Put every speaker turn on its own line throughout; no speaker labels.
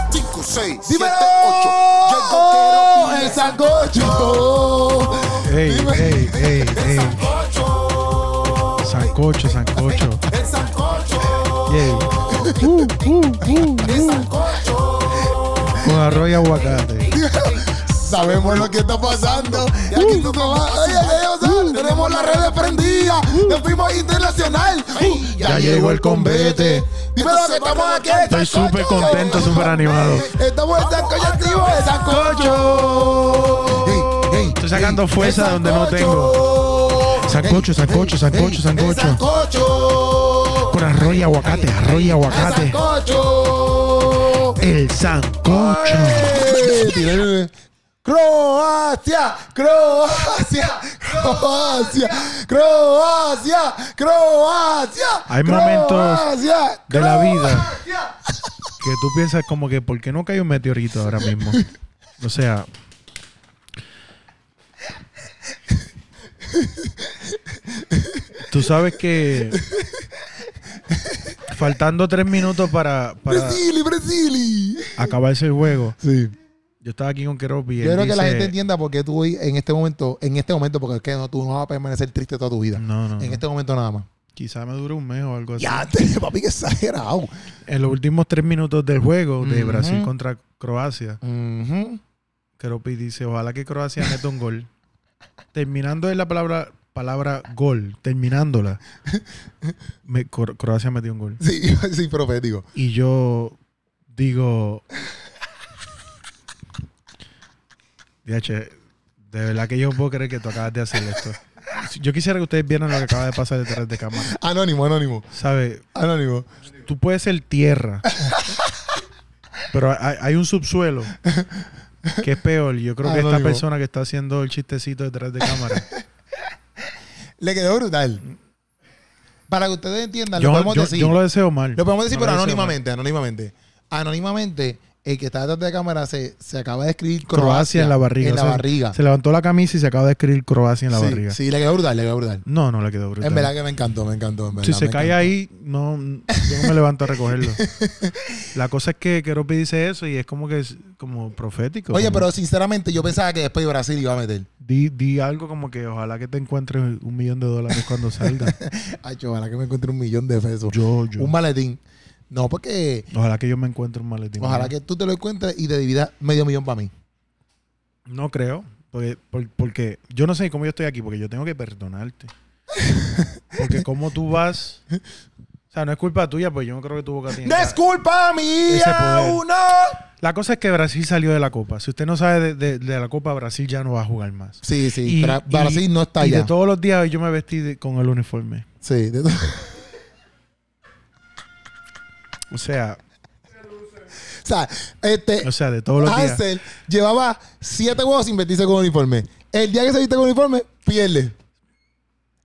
6, 7,
¡Dímelo!
8. Llegó
¡El
Quero
sancocho!
Ey, ey, ey,
El
ey.
sancocho.
Sancocho, sancocho.
El sancocho.
Yeah. Uh, uh, uh,
El
uh.
sancocho.
Con arroz y aguacate.
Sabemos lo que está pasando. Uh. Y aquí tú te vas. Oye, ya yo sé, tenemos las redes prendidas. Nos fuimos internacional. Uh,
Ya llegó el convete.
Dímelo que estamos aquí. en el
Estoy
sancocho.
súper contento, súper animado.
Estamos en Sancocho activo de Sancocho.
Estoy sacando fuerza de Pues donde no tengo.
tengo.
Sancocho, sancocho, sancocho, sancocho.
Sancocho.
Con arroz y aguacate, arroz y
El
aguacate.
Sancocho.
El sancocho.
¡Ey! Tírale. Croacia, Croacia, Croacia, Croacia, Croacia.
Hay momentos
Croacia,
de la vida.
Croacia.
Que tú piensas como que, ¿por qué no cayó un meteorito ahora mismo? O sea, tú sabes que faltando tres minutos para, para
Brasili, Brasili.
acabarse el juego,
Sí.
yo estaba aquí con Keropi. y
Yo
él
creo que la
dice-
gente entienda por qué tú hoy, en este momento, en este momento, porque es que no, tú no vas a permanecer triste toda tu vida.
No, no,
En
no.
este momento nada más.
Quizá me dure un mes o algo así.
Ya, te- papi, que exagerado.
En los últimos tres minutos del juego de
Ujú.
Brasil contra Croacia,
Ujú.
Keropi dice, ojalá que Croacia meta un gol. Terminando en la palabra, palabra gol, terminándola, me- Cor- Croacia metió un gol.
Sí, sí, pues, profético.
Y yo digo, DH, de verdad que yo no puedo creer que tú acabas de hacer esto. Yo quisiera que ustedes vieran lo que acaba de pasar detrás de cámara.
Anónimo, anónimo,
¿Sabes?
anónimo.
Tú puedes ser tierra, pero hay, hay un subsuelo que es peor. Yo
Ah,
creo que esta
Anónimo.
persona que está haciendo el chistecito detrás de cámara,
Le quedó brutal. Para que ustedes entiendan,
yo,
lo podemos
yo-
decir.
yo no lo deseo mal.
Lo podemos decir,
No
pero
deseo mal.
anónimamente, anónimamente. Anónimamente, el que está detrás de la cámara se, se acaba de escribir
Croacia,
Croacia,
en la barriga.
En
O
la
sea,
barriga.
Se levantó la camisa y se acaba de escribir Croacia en la
sí,
barriga.
sí, le quedó brutal, le quedó brutal.
No, no le quedó brutal.
En verdad que me encantó, me encantó. en verdad,
si se
me
cae
encantó.
ahí, no, yo no me levanto a recogerlo. la cosa es que Keropi dice eso y es como que es como profético.
Oye,
como-
pero sinceramente yo pensaba que después Brasil iba a meter.
Di, di algo como que ojalá que te encuentres un millón de dólares cuando salga.
Ay, chaval, que me encuentre un millón de pesos.
yo, yo.
Un maletín. No, porque
Ojalá que yo me encuentre un maletín.
ojalá que tú te lo encuentres y te dividas medio millón para mí.
No creo. Porque, por- porque yo no sé cómo yo estoy aquí, porque yo tengo que perdonarte. Porque como tú vas... O sea, no es culpa tuya, pues yo no creo que tu boca tiene...
¡No es culpa mía!
poder.
¡Uno!
La cosa es que Brasil salió de la Copa. Si usted no sabe de, de- de la Copa, Brasil ya no va a jugar más.
Sí, sí. Bra- Brasil no está
y
allá.
de todos los días yo me vestí de- con el uniforme.
Sí, de todo.
O sea,
O sea, este,
o sea, de todos los días.
Hansel llevaba siete juegos sin vestirse con uniforme. El día que se viste con uniforme, pierde.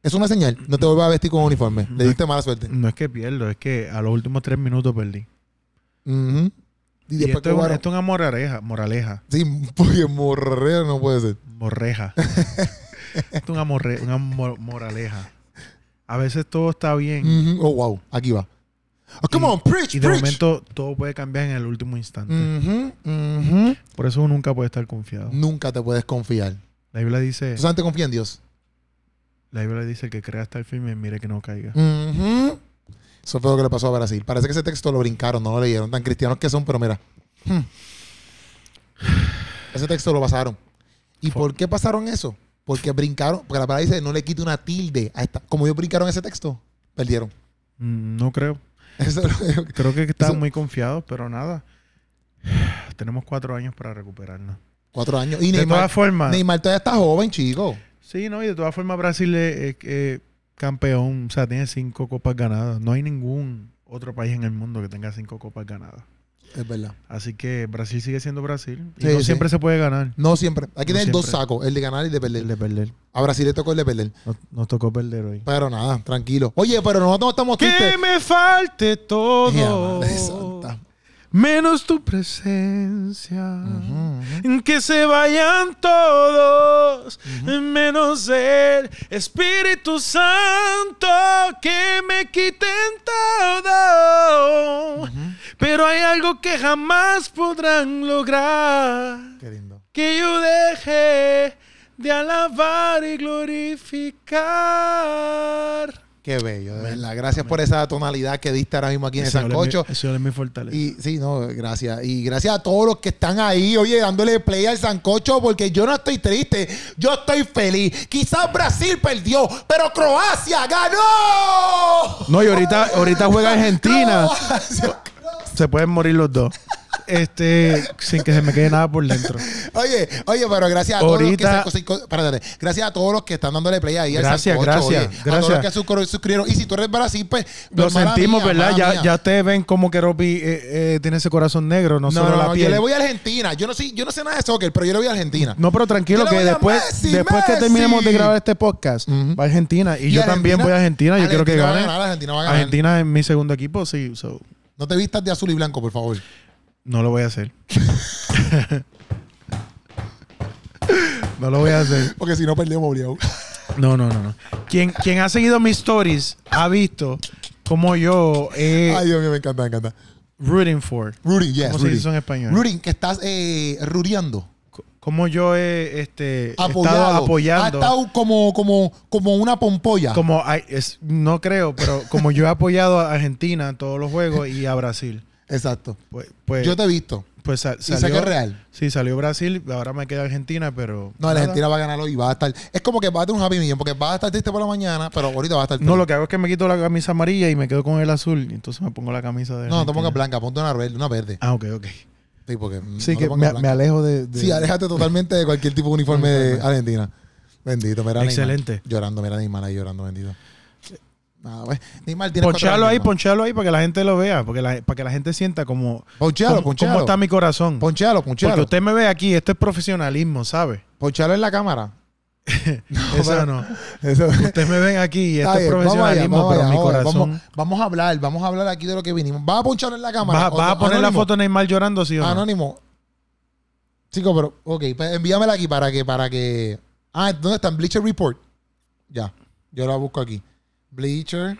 Es una señal. No te vuelvas a vestir con uniforme. Le diste mala suerte.
No es que pierdo, es que a los últimos tres minutos perdí.
Ujú. Y
Y
después
esto, es un-
cobraron.
esto es una moraleja, moraleja,
Sí, porque morreo no puede ser.
morreja. esto es una, morre- una mo- moraleja. A veces todo está bien
Ujú. Oh, wow. Aquí va. Oh, come
Y-
on, preach,
y de
preach. Mm.
momento todo puede cambiar en el último instante.
Ujú, ujú.
Por eso uno nunca puede estar confiado.
Nunca te puedes confiar.
La Biblia dice,
Tú solamente confía en Dios.
la Biblia dice el que crea hasta el firme, mire que no caiga.
Ujú. Eso fue lo que le pasó a Brasil. Parece que ese texto lo brincaron, no lo leyeron. Tan cristianos que son, pero mira. Hmm. Ese texto lo pasaron. ¿Y
Fue-
por qué pasaron eso? Porque brincaron, porque la palabra dice, no le quite una tilde. a esta". Como ellos brincaron ese texto, perdieron.
Mm, No creo.
Eso es lo que-
Creo que están
Eso-
muy confiados, pero nada. Tenemos cuatro años para recuperarnos.
cuatro años. Y
de
Neymar,
todas formas,
Neymar todavía está joven, chico.
sí, no, y de todas formas Brasil es, es- es campeón, o sea, tiene cinco copas ganadas. No hay ningún otro país en el mundo que tenga cinco copas ganadas.
Es verdad. Brasil sigue siendo Brasil. Y Sí,
no
sí.
siempre se puede ganar.
No siempre. Hay que
No
tener dos
siempre.
sacos, el de ganar y de perder.
de perder.
A Brasil le tocó el de perder.
Nos, nos tocó perder hoy.
Pero nada, tranquilo. Oye, pero nosotros no estamos tristes.
Que me falte
Ya,
todo.
madre santa.
Menos tu presencia.
Ujú, ujú.
Que se vayan todos, menos el Espíritu Santo, que me quiten todo. Pero Pero hay algo que jamás podrán lograr.
Qué lindo.
Que yo deje de alabar y glorificar.
Qué bello, de verdad. Gracias por esa tonalidad que diste ahora mismo aquí en el
Ese ole es mi-
sancocho.
Ese ole es mi fortaleza.
Y sí, no, gracias. Y gracias a todos los que están ahí, oye, dándole play al sancocho, porque yo no estoy triste, yo estoy feliz. Quizás Brasil perdió, pero Croacia ganó.
No, y ahorita, ahorita juega Argentina.
Croacia.
Se pueden morir los dos. Este, sin que se me quede nada por dentro.
Oye, oye, pero gracias a todos
Ahorita-
los que se- co- espérate, espérate. gracias a todos los que están dándole play ahí al
Gracias,
sancocho,
gracias,
oye. A
gracias.
todos los que se suscri- suscribieron. Y si tú eres Brasil, pues
Lo
pues, mala
sentimos,
mía,
¿verdad?
mala
Ya,
mía.
ya ustedes ven como que Ropi eh, eh, tiene ese corazón negro, no,
No,
solo
no,
la
no,
piel.
yo le voy a Argentina. Yo no sé, yo no sé nada de soccer, pero yo le voy a Argentina.
No, pero tranquilo
Yo le
que
voy a
después,
Messi,
después que
Messi.
terminemos de grabar este podcast,
Ujú.
va Argentina. Y, yo
Argentina-
también voy a Argentina. Yo quiero que
Argentina va a
gane.
ganar, Argentina va a ganar.
Argentina es mi segundo equipo, sí. so,
No te vistas de azul y blanco, por favor.
no lo voy a hacer. no lo voy a hacer.
Porque si no perdemos obligado.
No, no, no, no. Quien, quien ha seguido mis stories ha visto como yo eh,
Ay, Dios mío, me encanta, me encanta.
rooting for.
Rudy, yes,
¿Cómo se
Rudy.
dice eso en español?
Rudy, que estás eh, rudeando.
C- Como yo he este,
Apoyado.
estado apoyando.
Ha estado como, como, como una pompolla.
Como hay- es- no creo, pero como yo he apoyado a Argentina en todos los juegos y a Brasil,
Exacto.
pues, pues,
Yo te he visto.
pues sa-
Y sé que es
salió,
real.
sí, salió Brasil, ahora me queda Argentina, pero
No, la
nada.
Argentina va a ganar hoy. Va a estar. Es como que va a tener un happy medium. Porque va a estar triste por la mañana, pero ahorita va a estar.
No, lo que hago es que me quito la camisa amarilla y me quedo con el azul, y entonces me pongo la camisa de
no, no te
Argentina.
pongas blanca, ponte una verde, una verde.
Ah, ok, ok.
Sí, porque. mm,
Sí,
no te
que
pongas
me, me
blanca.
alejo de, de-
Sí, aléjate totalmente de cualquier tipo de uniforme de Argentina. Bendito, mira. a Neymar.
Excelente.
Llorando, mira a Neymar ahí llorando, bendito. Nada, pues. Neymar tiene
Ponchalo ahí, ponchalo ahí para que la gente lo vea, porque la- para que la gente sienta como
Ponchalo,
cómo,
ponchalo.
cómo está mi corazón.
Ponchalo, ponchalo.
Porque usted me ve aquí, esto es profesionalismo, ¿sabe?
Ponchalo en la cámara.
Eso
pero-
no.
Eso.
Ustedes me ven aquí y esto
Está
es
bien, vamos allá,
profesionalismo,
vamos
pero
allá,
mi
joven,
corazón.
Vamos, vamos a hablar, vamos a hablar aquí de lo que vinimos. ¿Vas a poncharlo en la cámara?
¿Vas, vas a
O-
poner la
anónimo.
foto de Neymar llorando, sí o no?
Anónimo. Chico, pero, ok, pues envíamela aquí para que, para que. Ah, ¿dónde está? En Bleacher Report. Ya, yo la busco aquí. Bleacher.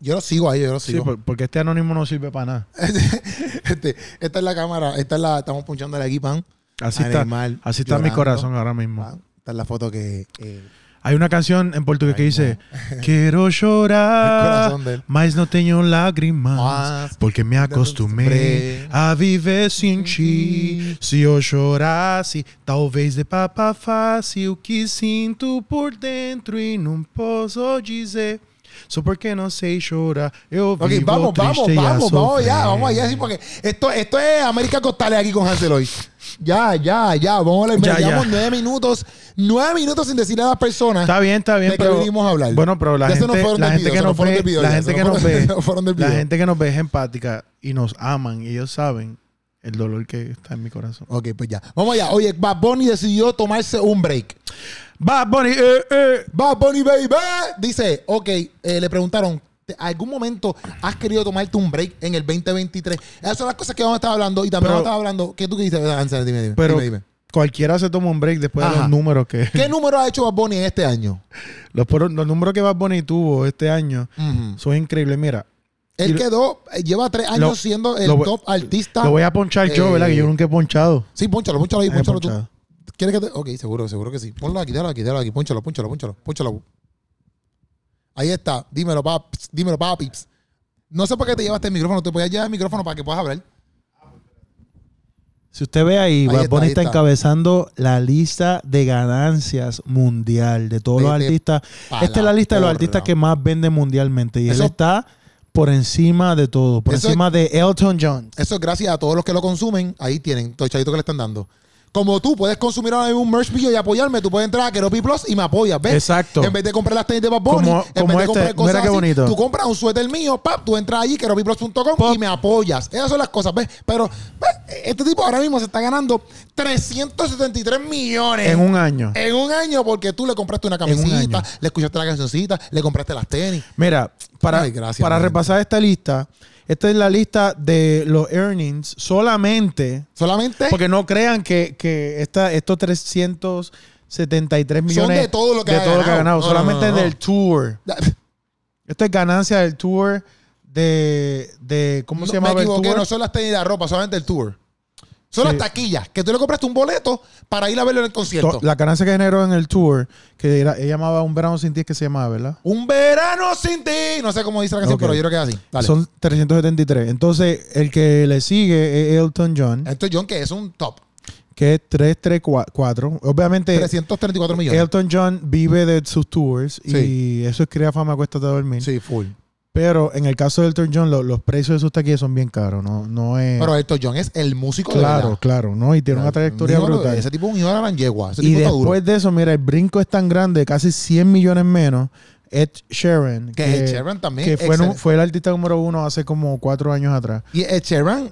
Yo lo sigo ahí, yo lo
Sí,
sigo.
por- porque este anónimo no sirve para nada.
Este, esta es la cámara, esta es la, estamos ponchándole aquí, pan.
Así
A
está,
Neymar
así está mi
llorando.
corazón ahora mismo.
Pan. Esta es la foto que. eh,
Hay una canción en portugués que
Ay,
dice, quiero
El
llorar,
corazón de él.
mas no tengo lágrimas,
Mas
porque me
acostumbré
acostumbré a viver sin ti. Se eu chorasse, talvez de papa fácil, o que sinto por dentro e não posso dizer. Só porque não sei chorar, eu
Ok,
vivo
vamos, vamos,
triste e a
vamos, vamos
sofrer.
ya, vamos allá, sí, porque esto, esto es América Costales aquí con Hansel hoy. Ya, ya, ya, vamos a hablar.
Ya,
Llevamos
ya.
nueve minutos, nueve minutos sin decirle a las personas.
Está bien, está bien,
¿De qué
pero
vinimos a hablar?
Bueno, pero la
Ya se
gente,
nos fueron
la
del
gente
video,
que
se nos
nos
fueron
ve,
del video,
la
ya,
gente
se
que
nos
nos
fueron-
ve,
se nos fueron del
la
video.
gente que nos ve es empática y nos aman y ellos saben el dolor que está en mi corazón.
Ok, pues ya. Vamos allá. Oye, Bad Bunny decidió tomarse un break.
Bad Bunny, eh, eh.
Bad Bunny Baby dice, ok, eh, le preguntaron, ¿te- ¿algún momento has querido tomarte un break en el 2023? Esas son las cosas que vamos a estar hablando y también
Pero-
vamos a estar hablando. ¿Qué tú qué dices, Hansel? Dime, dime.
Pero
dime, dime.
cualquiera se toma un break después de
Ajá.
los números que
¿Qué número ha hecho Bad Bunny en este año?
los, por- los números que Bad Bunny tuvo este año
Ujú.
son increíbles. Mira, Y
Él
lo-
quedó, eh, lleva tres años
Lo-
siendo el
lo voy-
top artista.
lo voy a ponchar yo,
eh,
¿verdad? Que yo nunca he ponchado.
Sí, ponchalo, ponchalo ahí,
Ah, he
ponchalo tú.
ponchado.
¿Quieres que te.? Ok, seguro, seguro que sí. Ponlo aquí, déjalo aquí, déjalo aquí. Ponchalo, ponchalo, ponchalo, ponchalo. Ahí está. Dímelo, paps. Dímelo, papips. No sé por qué te llevaste el micrófono. Te podías llevar el micrófono para que puedas hablar.
Si usted ve ahí,
Ahí
Bad
está,
Bunny
ahí
está,
está.
encabezando la lista de ganancias mundial de todos los
Vete
artistas.
pa'
Esta es
la
la lista de los
porra.
artistas que más venden mundialmente. Y
Eso-
él está por encima de todo, por
Eso-
encima de Elton John.
Eso es gracias a todos los que lo consumen. Ahí tienen, todo el chayito que le están dando. Como tú puedes consumir ahora mismo un merch mío y apoyarme, tú puedes entrar a Keropi Plus y me apoyas, ¿ves?
Exacto.
En vez de comprar las tenis de Bad Bunny,
Como-
en
como
vez de
este,
comprar
mira qué bonito.
tú compras un suéter mío, pap, tú entras allí, keropiplus.com y me apoyas. Esas son las cosas, ¿ves? Pero ¿ves? este tipo ahora mismo se está ganando 373 millones
En un año.
en un año porque tú le compraste una
un
camisita,
año.
le escuchaste la cancioncita, le compraste las tenis.
Mira, para,
Ay, gracias,
para
Manolo.
repasar esta lista, esta es la lista de los earnings solamente,
Solamente
porque no crean que, que esta, estos 373 millones
de todo lo que
de
ha
todo lo que ha
ganado. No,
ganado,
no,
solamente
no, no.
del tour. Esto es ganancia del tour de, de ¿cómo
No,
se llama?
Me equivoqué, no son las tenis y la ropa, solamente el tour. Son
Sí.
las taquillas, que tú le compraste un boleto para ir a verlo en el concierto.
la canasta que generó en el tour, que era, ella llamaba Un verano sin ti, es que se llamaba, ¿verdad?
Un verano sin ti. No sé cómo dice la canción,
Ok.
pero yo creo que es así. Dale.
Son 373. Entonces, el que le sigue es Elton John,
Esto es John, que es un top.
que es 334. Obviamente,
334 millones.
Elton John vive de sus tours
Sí.
y eso es crea fama, cuesta de dormir.
sí, full.
Pero en el caso de Elton John, lo- los precios de sus taquillas son bien caros, ¿no? No es.
Pero esto John es el músico de
claro,
verdad.
claro, ¿no? Y tiene una trayectoria
Un ídolo-
brutal.
Ese tipo es un ídolo de la yegua. Ese
Y
tipo está duro.
después de eso, mira, el brinco es tan grande, casi 100 millones menos. Ed Sheeran,
Que Ed Sheeran también,
que fue, nu-
excelente.
fue el artista número uno hace como cuatro años atrás.
Y Ed Sheeran,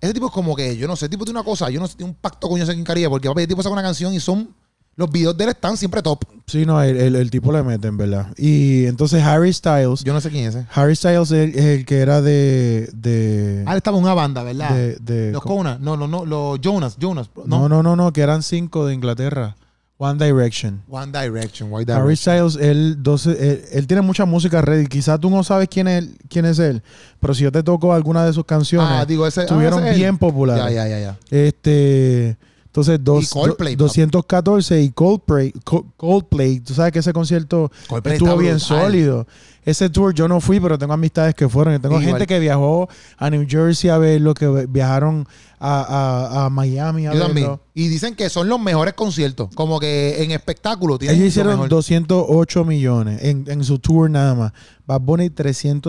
ese tipo es como que, yo no sé, el tipo tiene una cosa, yo no sé, tiene un pacto con yo sé quién Caribe, porque papi, el tipo saca una canción y son, los videos de él están siempre top.
Sí, no, el, el- el tipo le mete, en verdad. Y entonces Harry Styles,
Yo no sé quién es ese.
Harry Styles es el, es el que era de... de,
Ah, él estaba en una banda, ¿verdad?
de- de-
los Conas, no, no, no, los Jonas, Jonas, no.
no, no, no, no, que eran cinco de Inglaterra. One Direction.
One Direction, White
Harry
Direction.
Styles, él, 12 él, él tiene mucha música ready. Quizás tú no sabes quién es, quién es él, pero si yo te toco alguna de sus canciones,
Ah, digo, ese.
estuvieron
ah, ese es
bien
él.
populares.
Ya, ya, ya, ya.
Este, entonces, dos,
Coldplay,
do- 214 y Coldplay, Co- Coldplay. Tú sabes que ese concierto
Coldplay
estuvo
está
bien
brutal.
sólido. Ese tour yo no fui, pero tengo amistades que fueron. Yo tengo
Igual.
gente que viajó a New Jersey a verlo, que viajaron a, a- a Miami a
Yo
verlo.
también. Y dicen que son los mejores conciertos. Como que en espectáculo tienen.
Ellos
lo
hicieron
mejor.
208 millones en, en su tour nada más. Bad Bunny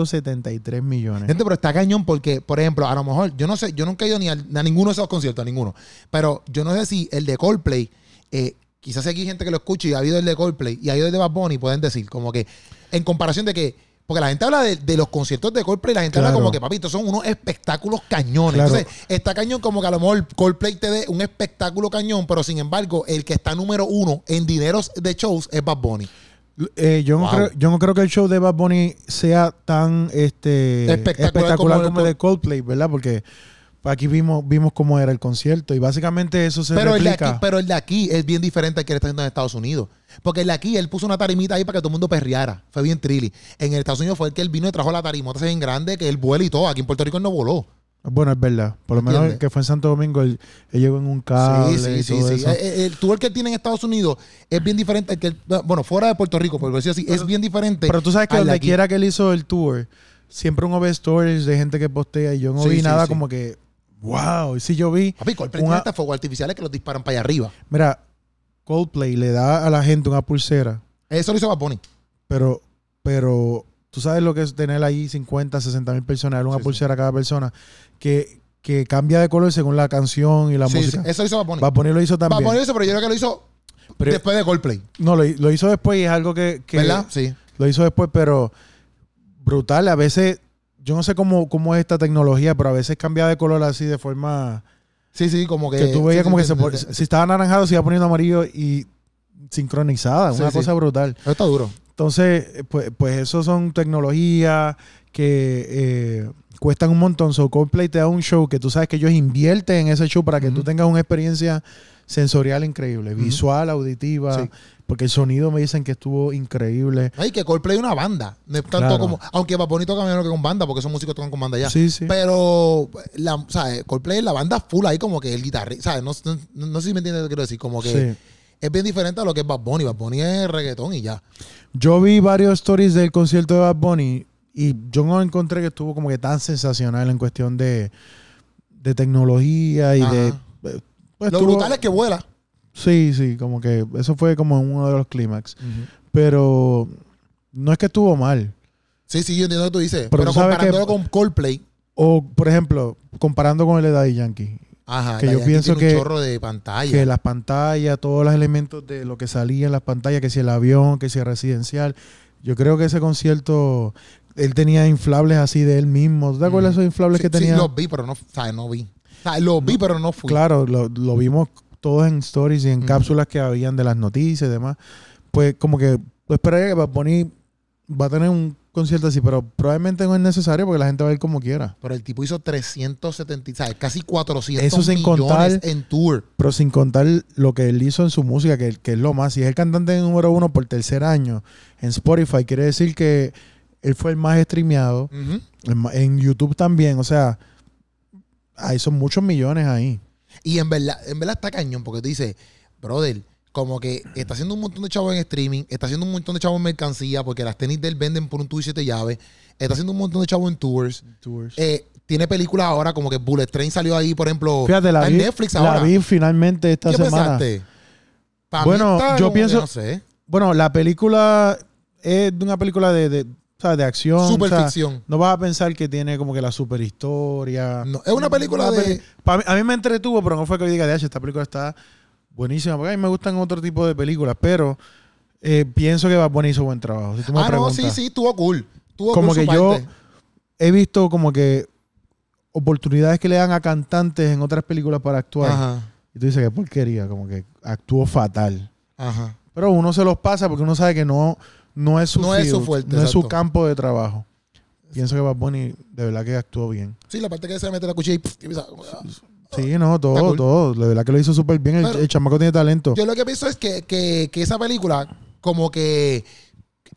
373 millones.
Gente, pero está cañón porque, por ejemplo, a lo mejor, yo no sé, yo nunca he ido ni al- a, ninguno de esos conciertos, a ninguno. Pero yo no sé si el de Coldplay, eh, quizás aquí hay gente que lo escuche y ha habido el de Coldplay y ha habido el de Bad Bunny, pueden decir, como que, en comparación de que, porque la gente habla de, de los conciertos de Coldplay, la gente habla
Claro.
como que, papito, son unos espectáculos cañones.
Claro.
Entonces, está cañón como que a lo mejor Coldplay te dé un espectáculo cañón, pero sin embargo, el que está número uno en dineros de shows es Bad Bunny.
Eh, yo, no
Wow.
creo, yo no creo que el show de Bad Bunny sea tan este,
Espectacular
espectacular,
como
como,
el
el de Coldplay, ¿verdad? Porque aquí vimos, vimos cómo era el concierto y básicamente eso se
Pero el, de
replica.
aquí, pero el de aquí es bien diferente al que él está haciendo en Estados Unidos. Porque el de aquí, él puso una tarimita ahí para que todo el mundo perreara. Fue bien trilly. En el Estados Unidos fue el que él vino y trajo la tarimota esa bien grande, que él vuela y todo. Aquí en Puerto Rico él no voló.
Bueno, es verdad. Por lo menos
¿Entiendes?
el que fue en Santo Domingo, él, él llegó en un cable y todo eso.
Eh, eh, El, tour que él tiene en Estados Unidos es bien diferente al que él- Bueno, fuera de Puerto Rico, por decirlo así, es bien diferente.
Pero tú sabes que
al de
donde
aquí.
quiera que él hizo el tour, siempre uno ve stories de gente que postea y yo no
Sí,
vi
sí,
nada
sí.
como que, wow. Y si yo vi,
Papi, Coldplay
Una-
tiene hasta fuegos artificiales que los disparan para allá arriba.
mira, Coldplay le da a la gente una pulsera,
Eso lo hizo Bad Bunny.
pero, pero tú sabes lo que es tener ahí 50, 60 mil personas, darle una
Sí, sí.
pulsera a cada persona, que, que cambia de color según la canción y la
Sí,
música.
sí, eso lo hizo Bad Bunny.
Bad Bunny lo hizo
Bad
también.
Bunny lo hizo, pero yo creo que lo hizo
Pero-
después de Coldplay.
no, lo, lo hizo después y es algo que, que-
¿Verdad? Sí.
Lo hizo después, pero brutal. A veces, yo no sé cómo, cómo es esta tecnología, pero a veces cambia de color así de forma
Sí, sí, como que.
que tú veías
sí,
como
sí,
que se
sí,
pon-
sí.
si estaba anaranjado se iba poniendo amarillo y sincronizada,
Sí,
una
sí.
cosa brutal.
Eso está duro.
Entonces, eh, pues, pues eso son tecnologías que eh, cuestan un montón. So Coldplay te da un show que tú sabes que ellos invierten en ese show para que tú
Ujú.
tengas una experiencia sensorial increíble,
Ujú.
visual, auditiva,
Sí.
porque el sonido me dicen que estuvo increíble.
Ay, que Coldplay es una banda. No es tanto
Claro.
como. Aunque va bonito menos que con banda, porque esos músicos tocan con banda ya.
Sí, sí.
Pero, la, o sea, Coldplay es la banda full ahí, como que el guitarrista. ¿sabes? No, no- no sé si me entiendes lo que quiero decir. Como que
Sí.
es bien diferente a lo que es Bad Bunny. Bad Bunny es reggaetón y ya.
Yo vi varios stories del concierto de Bad Bunny y yo no encontré que estuvo como que tan sensacional en cuestión de, de tecnología y
Ajá.
de... eh, pues
lo
estuvo-
brutal es que vuela.
Sí, sí, como que eso fue como uno de los clímax. Pero no es que estuvo mal.
Sí, sí, yo entiendo lo que tú dices. Pero,
Pero tú sabes
comparándolo
que-
con Coldplay.
O, por ejemplo, comparando con el de Daddy Yankee,
Ajá,
Que
la
yo
Yankee
pienso
tiene un
que-
chorro de pantalla.
que las pantallas, todos los elementos de lo que salía en las pantallas, que si el avión, que si el residencial. Yo creo que ese concierto, él tenía inflables así de él mismo. ¿Tú te acuerdas de esos inflables
Mm. Sí,
que
sí,
tenía?
los vi, pero no, ¿sabes? No vi. O sea, los vi, pero no fui.
Claro, lo, lo vimos todos en stories y en
Ujú.
cápsulas que habían de las noticias y demás. Pues como que pues esperaría que Bad Bunny va a tener un concierto así, pero probablemente no es necesario porque la gente va a ir como quiera.
Pero el tipo hizo 370, ¿sabes? casi 400
Eso sin
millones
contar-
en tour.
Pero sin contar lo que él hizo en su música, que, que es lo más. Si es el cantante número uno por tercer año en Spotify, quiere decir que él fue el más streameado,
Ujú.
En, en YouTube también, o sea, ahí son muchos millones ahí.
Y en verdad, en verdad está cañón, porque tú dices, brother, como que está haciendo un montón de chavos en streaming, está haciendo un montón de chavos en mercancía, porque las tenis de él venden por un tubo y siete llaves, está haciendo un montón de chavos en tours. Eh, tiene películas ahora, como que Bullet Train salió ahí, por ejemplo,
Fíjate, la
está
vi,
en Netflix
la
ahora.
vi finalmente esta
¿Qué
semana.
pensaste? Pa' mí
Bueno,
está
yo
como que
pienso-
no sé,
Bueno, la película es de una película de, de, o sea, de acción. o sea,
superficción.
no vas a pensar que tiene como que la superhistoria.
No, es una película de-
Pa' mí- a mí me entretuvo, pero no fue que yo diga, "Diache, esta película está buenísima. Porque a mí me gustan otro tipo de películas, pero eh, pienso que Bad Bunny hizo buen trabajo. Si tú me
Ah, no,
preguntas.
sí, sí, estuvo cool. Estuvo
Como
cool su
que yo-
parte.
He visto como que oportunidades que le dan a cantantes en otras películas para actuar.
Ajá,
Y tú dices, qué porquería, como que actuó fatal.
ajá.
Pero uno se los pasa porque uno sabe que no, no es su
No es su
field,
fuerte,
no es su
exacto.
campo de trabajo. Pienso que Bad Bunny de verdad que actuó bien.
Sí, la parte que se mete la cuchilla y, pff, y empieza- ah.
Sí, no, todo,
Oh, cool.
todo. De verdad que lo hizo súper bien. El,
Pero-
el chamaco tiene talento.
Yo lo que pienso es que, que- que esa película, como que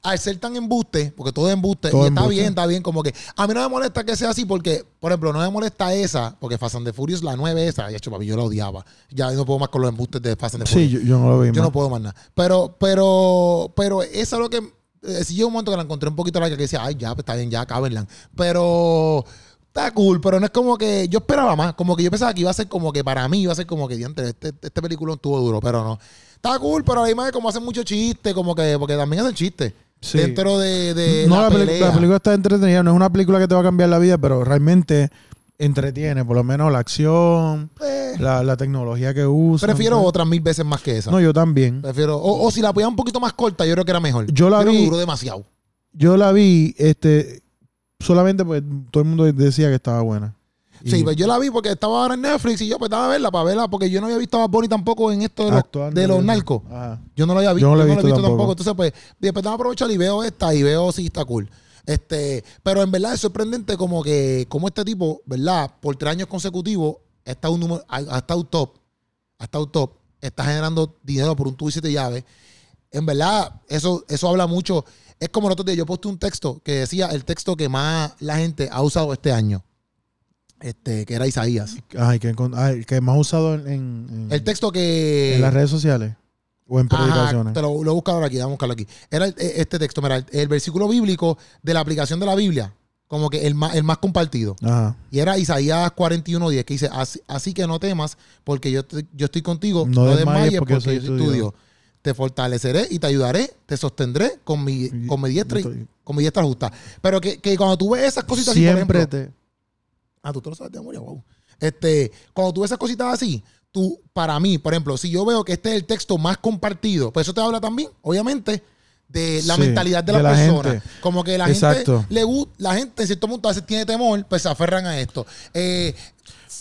al ser tan embuste, porque todo es embuste,
Todo
y está
embuste.
bien, está bien, como que a mí no me molesta que sea así, porque, por ejemplo, no me molesta esa, porque Fast and the Furious, la 9 esa, ya hecho, papi, yo la odiaba. Ya no puedo más con los embustes de Fast and the
sí,
Furious.
yo, yo no lo vi
yo
más.
no puedo más nada. Pero, pero, pero esa es lo que. eh, sí, llegó un momento que la encontré un poquito larga que decía, ay, ya, pues está bien, ya, cábenla. Pero. Está cool, pero no es como que. Yo esperaba más. Como que yo pensaba que iba a ser como que para mí iba a ser como que diantre. Este, este película estuvo duro, pero no. Está cool, pero además como hacen mucho chiste, como que. Porque también hacen chistes.
Sí.
Dentro de, de
No,
la,
la, peli-
pelea.
la película está entretenida. No es una película que te va a cambiar la vida, pero realmente entretiene. Por lo menos la acción,
Eh,
la, la tecnología que usa.
prefiero otras mil veces más que esa.
No, yo también.
Prefiero. O, o si la apoyaba un poquito más corta, yo creo que era mejor.
Yo la
creo que
vi-
duró demasiado.
Yo la vi este solamente porque todo el mundo decía que estaba buena. Y
Sí, pues yo la vi porque estaba ahora en Netflix y yo pues estaba a verla para verla porque yo no había visto a Bad Bunny tampoco en esto de los,
actuando
de los
bien.
narcos.
Ajá.
Yo no la había visto,
Yo no la he
he
visto tampoco.
Entonces pues después estaba aprovechar y veo esta y veo si está cool. Este, pero en verdad es sorprendente como que como este tipo, ¿verdad? Por tres años consecutivos ha estado un número, ha, ha estado top, ha estado top, está generando dinero por un tubo y siete llaves. En verdad, eso, eso habla mucho. Es como el otro día, yo posté un texto que decía el texto que más la gente ha usado este año. Este, que era Isaías.
Ay, que, encon- ay, que más usado en, en- en-
El texto que.
en las redes sociales o en
Ajá,
predicaciones.
te lo, lo busco ahora aquí, vamos a buscarlo aquí. Era el- eh, este texto, mira, el, el versículo bíblico de la aplicación de la Biblia, como que el más, el más compartido.
Ajá.
Y era Isaías 41, 10, que dice, así, así que no temas, porque yo, te- yo estoy contigo,
No
no,
desmayes,
desmayes,
porque
porque,
yo soy
yo soy
tu
tu
Dios.
Dios. Te fortaleceré y te ayudaré, te sostendré con mi, con mi diestra, y- con mi diestra justa. Pero que, que cuando tú ves esas cositas así, por
Siempre
ejemplo,
te.
Ah, tú te lo sabes de memoria, wow. Este, cuando tú ves esas cositas así, tú, para mí, por ejemplo, si yo veo que este es el texto más compartido, pues eso te habla también, obviamente, de la
Sí,
mentalidad de la,
de la
persona.
gente.
Como que la
Exacto.
gente le gusta, la gente en cierto punto a veces tiene temor, pues se aferran a esto. Eh,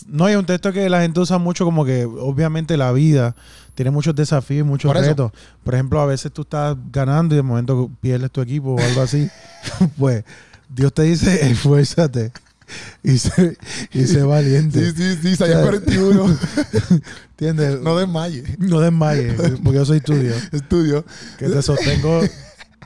No, hay un texto que la gente usa mucho, como que obviamente la vida tiene muchos desafíos, muchos
Por eso.
retos. Por ejemplo, a veces tú estás ganando y de momento pierdes tu equipo o algo así. pues Dios te dice, esfuérzate y sé, y sé valiente.
sí, sí,
Isaías
41.
¿Entiendes?
no
No,
desmayes.
desmayes, porque yo soy tu Dios.
Estudio.
que te sostengo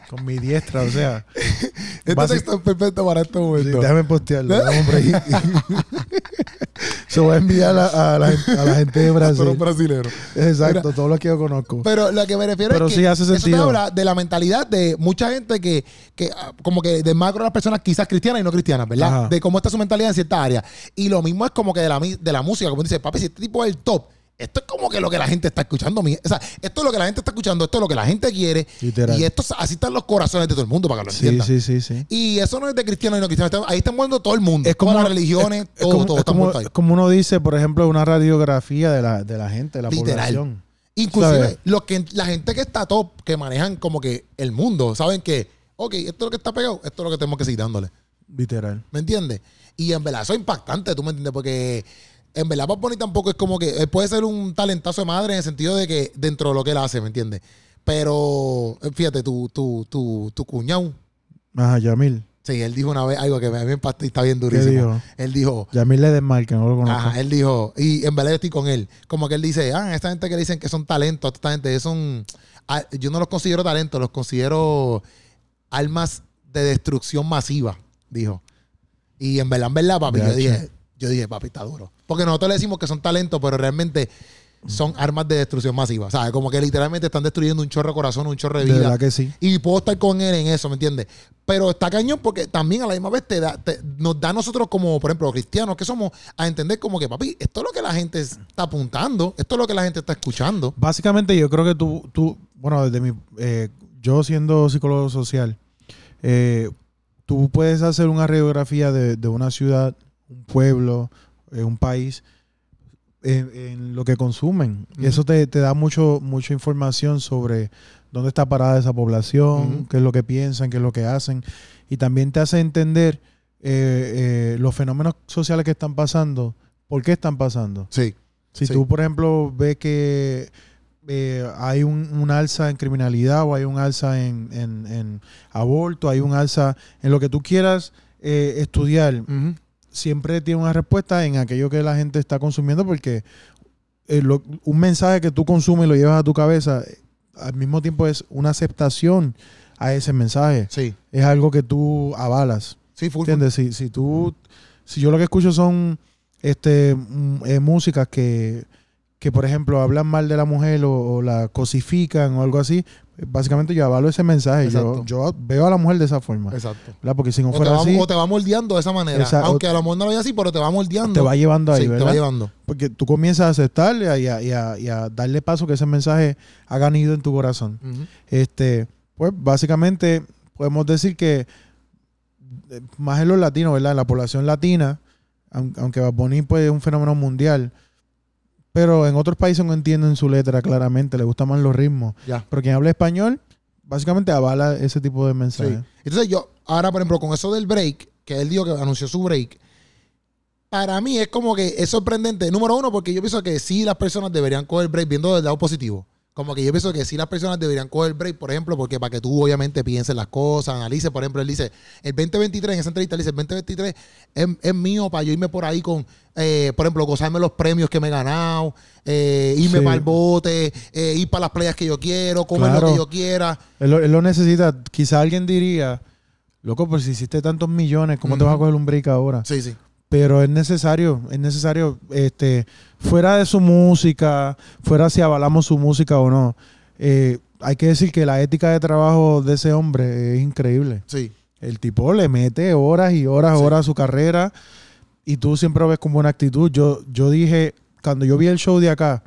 con mi diestra, o sea.
Este
basi-
texto ¿Eh? es perfecto para este
Sí,
momento.
déjame postearlo, dame un break. Se voy a enviar a, a la, gen- a la gente de
Pero
Brasil.
brasilero.
Exacto, todos los que yo conozco.
Pero lo que me refiero
Pero
es que
sí hace
eso
sentido.
te habla de la mentalidad de mucha gente que, que ah, como que de macro las personas quizás cristianas y no cristianas, ¿verdad?
Ajá.
De cómo está su mentalidad en cierta área. Y lo mismo es como que de la, mi- de la música, como dice, papi, si este tipo es el top, esto es como que lo que la gente está escuchando. mi- O sea, esto es lo que la gente está escuchando, esto es lo que la gente quiere.
Literal.
Y esto es- así están los corazones de todo el mundo para que lo
Sí,
entiendan.
sí, sí, sí.
Y eso no es de cristianos y no cristianos. Ahí están muerto todo el mundo. Todas las religiones,
es- es
todo,
como-
todo
es
está
como-
muerto ahí.
es como uno dice, por ejemplo, una radiografía de la, de la gente, de la
Literal.
población.
Inclusive
¿Sabes?
los que la gente que está top, que manejan como que el mundo, saben que, ok, esto es lo que está pegado, esto es lo que tenemos que seguir dándole.
Literal.
¿Me entiendes? Y en verdad eso es impactante, ¿tú me entiendes? Porque en verdad Bad Bunny tampoco es como que, él puede ser un talentazo de madre en el sentido de que dentro de lo que él hace, ¿me entiendes? Pero, eh, fíjate, tu, tu, tu, tu cuñado,
Ajá, Yamil.
sí, él dijo una vez algo que a mí me impactó y está bien
¿Qué
durísimo.
dijo?
Él dijo,
Yamil le desmarca, no lo conozco.
Ajá, él dijo, y en verdad yo estoy con él. Como que él dice, ah, esta gente que le dicen que son talentos, esta gente ellos son. ah, Yo no los considero talentos, los considero armas de destrucción masiva, dijo. Y en verdad, en verdad, papi, yo
Gacho.
dije, yo dije, papi, está duro. Porque nosotros le decimos que son talentos, pero realmente son armas de destrucción masiva. ¿Sabes? Como que literalmente están destruyendo un chorro de corazón, un chorro de
De
vida.
verdad que sí.
Y puedo estar con él en eso, ¿me entiendes? Pero está cañón porque también a la misma vez te da, te- nos da a nosotros como, por ejemplo, cristianos que somos, a entender como que, papi, esto es lo que la gente está apuntando, esto es lo que la gente está escuchando.
Básicamente yo creo que tú, tú bueno, desde mi, eh, yo siendo psicólogo social, eh, tú puedes hacer una radiografía de, de una ciudad, un pueblo, eh, un país, en, en lo que consumen. Y eso te, te da mucho, mucha información sobre dónde está parada esa población,
Ujú.
qué es lo que piensan, qué es lo que hacen. Y también te hace entender eh, eh, los fenómenos sociales que están pasando, por qué están pasando.
Sí.
Si
Sí.
tú, por ejemplo, ves que eh, hay un, un alza en criminalidad o hay un alza en, en- en aborto, hay un alza en lo que tú quieras eh, estudiar, siempre tiene una respuesta en aquello que la gente está consumiendo porque eh, lo- un mensaje que tú consumes y lo llevas a tu cabeza, eh, al mismo tiempo es una aceptación a ese mensaje.
Sí.
Es algo que tú avalas.
Sí, full. full.
¿Entiendes? Si, si tú. Si yo lo que escucho son este mm, eh, músicas que, que, por ejemplo, hablan mal de la mujer o, o la cosifican o algo así, básicamente yo avalo ese mensaje. Yo,
Exacto.
yo veo a la mujer de esa forma.
Exacto.
¿verdad? Porque si no
O te,
fuera
va,
así,
o te va moldeando de esa manera.
Exacto.
Aunque a lo mejor no lo veas así, pero te va moldeando.
te va llevando ahí,
Sí, te
¿verdad?
va llevando.
Porque tú comienzas a aceptarle y a, y a- y a darle paso que ese mensaje haga nido en tu corazón. Este, pues básicamente podemos decir que eh, más en los latinos, ¿verdad? En la población latina, aun- aunque Bad Bunny pues, es un fenómeno mundial, pero en otros países no entienden su letra claramente, le gustan más los ritmos.
Ya.
Pero quien habla español, básicamente avala ese tipo de
Sí.
mensajes.
Entonces yo, ahora por ejemplo, con eso del break, que él dijo que anunció su break, para mí es como que es sorprendente. Número uno, porque yo pienso que sí las personas deberían coger break viendo del lado positivo. Como que yo pienso que sí las personas deberían coger break, por ejemplo, porque para que tú obviamente pienses las cosas, analices, por ejemplo, él dice, el 2023, en esa entrevista, él dice, el 2023 es, es mío para yo irme por ahí con, eh, por ejemplo, gozarme los premios que me he ganado, eh, irme
Sí.
para el bote, eh, ir para las playas que yo quiero, comer lo
Claro.
que yo quiera.
Él, lo- él lo necesita, quizá alguien diría, loco, pues si hiciste tantos millones, ¿cómo te vas a
Ujú.
coger un break ahora?
Mm. Sí, sí.
pero es necesario, es necesario, este, fuera de su música, fuera si avalamos su música o no, eh, hay que decir que la ética de trabajo de ese hombre es increíble.
Sí.
El tipo le mete horas y horas,
Sí.
horas a su carrera y tú siempre lo ves con buena actitud. Yo, yo dije, cuando yo vi el show de acá,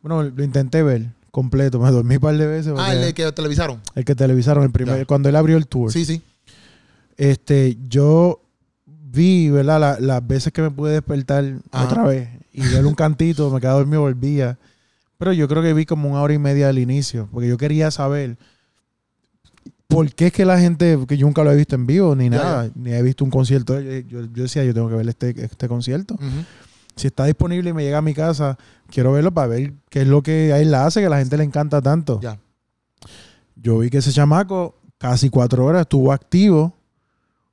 bueno, lo intenté ver completo, me dormí un par de veces.
Ah,
porque
el de que televisaron.
el que televisaron el primer,
Ya.
cuando él abrió el tour
Sí, sí.
este, yo vi, ¿verdad? La- las veces que me pude despertar
Ajá.
otra vez y ver un cantito, me quedaba dormido, volvía. Pero yo creo que vi como una hora y media al inicio, porque yo quería saber por qué es que la gente, que yo nunca lo he visto en vivo ni
Ya,
nada, ni he visto un concierto. Yo, yo- yo decía, yo tengo que ver este, este concierto. Si está disponible y me llega a mi casa, quiero verlo para ver qué es lo que a él la hace, que a la gente le encanta tanto.
Ya.
Yo vi que ese chamaco casi cuatro horas estuvo activo,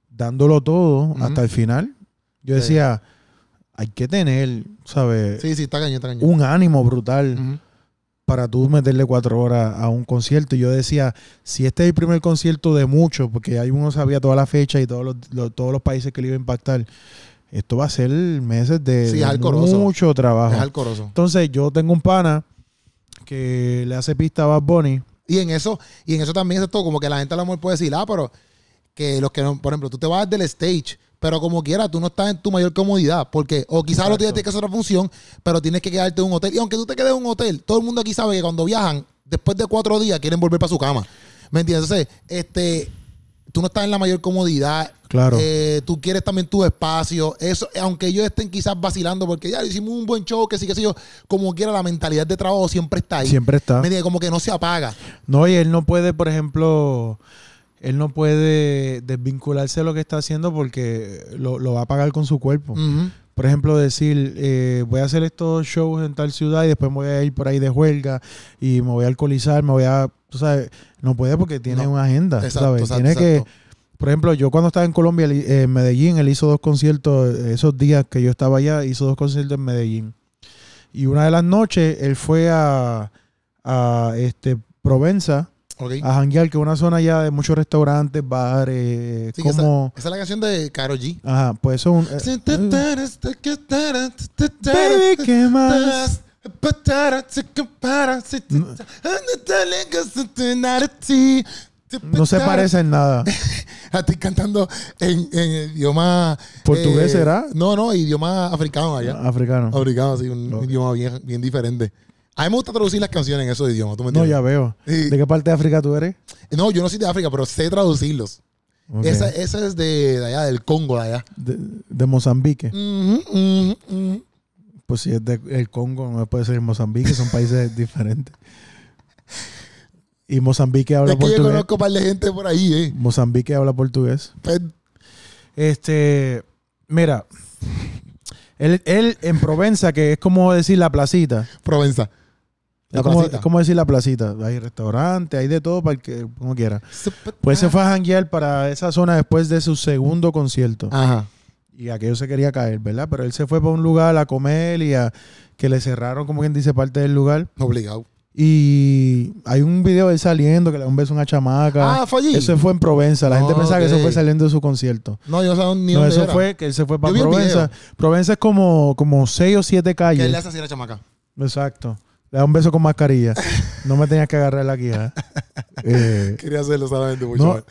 dándolo todo
Ujú.
hasta el final. Yo
Sí.
decía, hay que tener, ¿sabes?
Sí, sí, está cañón, está cañón.
Un ánimo brutal
Ujú.
para tú meterle cuatro horas a un concierto. Y yo decía, si este es el primer concierto de muchos, porque ahí uno sabía toda la fecha y todos los, lo- todos los países que le iba a impactar, esto va a ser meses de,
Sí,
de
es alcoroso.
mucho trabajo.
Es alcoroso.
Entonces yo tengo un pana que le hace pista a Bad Bunny.
Y en eso, y en eso también es todo, como que la gente a lo mejor puede decir, ah, pero que los que no, por ejemplo, tú te vas del stage, pero como quiera, tú no estás en tu mayor comodidad, porque, o quizás lo tienes
Exacto.
que hacer otra función, pero tienes que quedarte en un hotel. Y aunque tú te quedes en un hotel, todo el mundo aquí sabe que cuando viajan, después de cuatro días, quieren volver para su cama. ¿Me entiendes? Entonces, este, tú no estás en la mayor comodidad.
Claro.
Eh, tú quieres también tu espacio. Eso, aunque ellos estén quizás vacilando, porque ya hicimos un buen show, que sí, que sé yo, como quiera, la mentalidad de trabajo siempre está ahí.
Siempre está.
Me entiendes? como que no se apaga.
No, y él no puede, por ejemplo, él no puede desvincularse de lo que está haciendo porque lo, lo va a pagar con su cuerpo.
Ujú.
Por ejemplo, decir, eh, voy a hacer estos shows en tal ciudad y después me voy a ir por ahí de huelga y me voy a alcoholizar, me voy a... Tú sabes, no puede porque tiene
No.
una agenda,
Exacto,
¿sabes?
exacto,
tiene que...
exacto.
Por ejemplo, yo cuando estaba en Colombia, él- eh, en Medellín, él hizo dos conciertos, eh, esos días que yo estaba allá, hizo dos conciertos en Medellín. Y una de las noches, él fue a, a, este, Provenza
Ok.
a janguear, que es una zona ya de muchos restaurantes, bares,
Sí,
como...
esa, esa es la canción de Karol G.
Ajá, pues eso es un... eh, eh, Baby,
Baby,
¿qué más? No se parece en nada.
A ti cantando en, en el idioma. eh,
¿Portugués será?
No, no, idioma africano allá.
Africano.
Africano, sí, un
Ok.
idioma bien, bien diferente. A mí me gusta traducir las canciones en esos idiomas, ¿tú me
No,
entiendes?
ya veo.
Sí.
¿De qué parte de África tú eres?
No, yo no soy de África, pero sé traducirlos.
Ok.
Esa, esa es de, de allá, del Congo, de allá.
De, de Mozambique.
Ujú, ujú, ujú.
Pues si es del Congo, no puede ser Mozambique, son países diferentes. Y Mozambique habla
Es que yo
portugués.
conozco un par de gente por ahí, ¿eh?
Mozambique habla portugués.
Pues,
Este, mira, él, él en Provenza, que es como decir la placita.
Provenza. La
es como,
placita.
es como decir la placita. Hay restaurantes, hay de todo para el que, como quiera. Pues
Ah.
se fue a janguear para esa zona después de su segundo concierto.
Ajá.
Y aquello se quería caer, ¿verdad? Pero él se fue para un lugar a comer y a que le cerraron, como quien dice, parte del lugar.
Obligado.
Y hay un video de él saliendo que le da un beso a una chamaca.
Ah, fue allí.
eso fue en Provenza. La gente
Ok.
pensaba que eso fue saliendo de su concierto.
No, yo no sabía ni
No,
dónde
eso
era.
fue que él se fue para
vi el
Provenza. Provenza es como, como seis o siete
Que
calles.
él le hace así a la chamaca.
Exacto. Le da un beso con mascarilla. No me tenías que agarrar la guía. Eh,
Quería hacerlo solamente por
No.
chaval.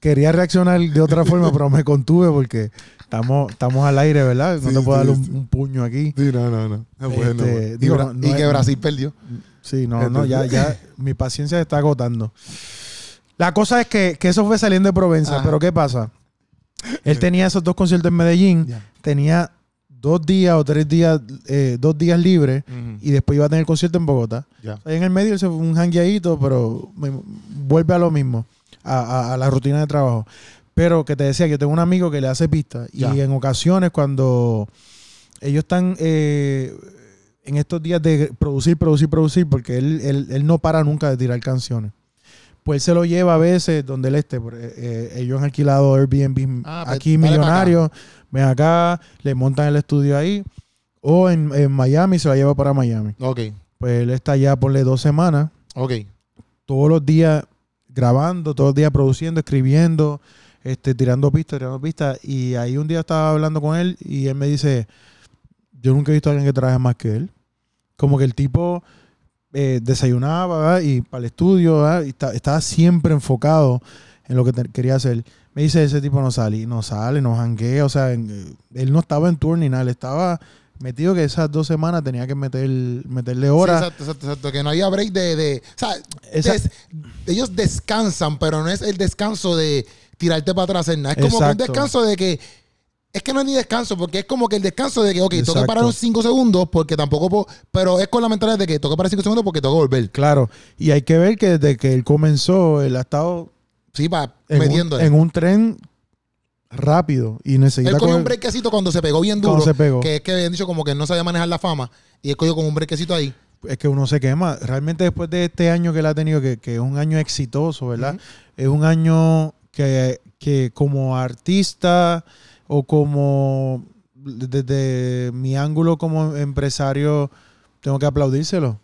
quería reaccionar de otra forma, pero me contuve porque estamos, estamos al aire, ¿verdad? No
Sí,
te puedo
sí,
dar un,
sí.
un puño aquí.
Sí, no, no, no. No puede, no
Este,
puede.
digo,
y Bra-
no, no
y que
es-
Brasil perdió.
Sí, no, no, ya, ya mi paciencia se está agotando. La cosa es que, que eso fue saliendo de Provenza,
Ajá.
pero ¿qué pasa? Él tenía esos dos conciertos en Medellín,
Ya.
tenía dos días o tres días, eh, dos días libres, y después iba a tener concierto en Bogotá.
Ya.
Ahí en el medio se fue un jangueadito, pero me- vuelve a lo mismo, a, a- a la rutina de trabajo. Pero que te decía que yo tengo un amigo que le hace pistas y
Ya.
en ocasiones cuando ellos están eh, en estos días de producir, producir, producir, porque él, él- él no para nunca de tirar canciones. Pues él se lo lleva a veces donde él esté. por- eh, eh, ellos han alquilado Airbnb
Ah, pues,
aquí,
dale pa' acá.
millonarios. Ven acá, le montan el estudio ahí. O en, en Miami, se la lleva para Miami.
Ok,
Pues él está ya ponle dos semanas,
ok.
todos los días grabando, todos los días produciendo, escribiendo, este, tirando pistas, tirando pistas. Y ahí un día estaba hablando con él y él me dice, yo nunca he visto a alguien que trabaje más que él. Como que el tipo eh, desayunaba ¿verdad? y para el estudio, ¿verdad? y esta- estaba siempre enfocado en lo que te- quería hacer. Me dice, ese tipo no sale, y no sale, no janguea, o sea, en- eh, él no estaba en tour ni nada, él estaba metido que esas dos semanas tenía que meter, meterle horas.
Sí, exacto, exacto, exacto. Que no había break de. de o sea,
Esa-
des- ellos descansan, pero no es el descanso de tirarte para atrás en nada. Es como que un
Exacto.
descanso de que. Es que no es ni descanso, porque es como que el descanso de que, ok, tengo que
Exacto.
parar unos 5 segundos, porque tampoco. puedo- pero es con la mentalidad de que tengo que parar 5 segundos porque tengo que volver.
Claro, y hay que ver que desde que él comenzó, él ha estado
Sí, para
en, un,
metiéndole.
en un tren rápido y necesita
Él cogió
coger-
un brequecito cuando se pegó bien duro.
Cuando se pegó.
Que es que habían dicho como que no sabía manejar la fama. Y él cogió con un brequecito ahí.
es que uno se quema. Realmente después de este año que él ha tenido, que, que es un año exitoso, ¿verdad?
Ujú.
Es un año que, que como artista o como desde mi ángulo como empresario, tengo que aplaudírselo.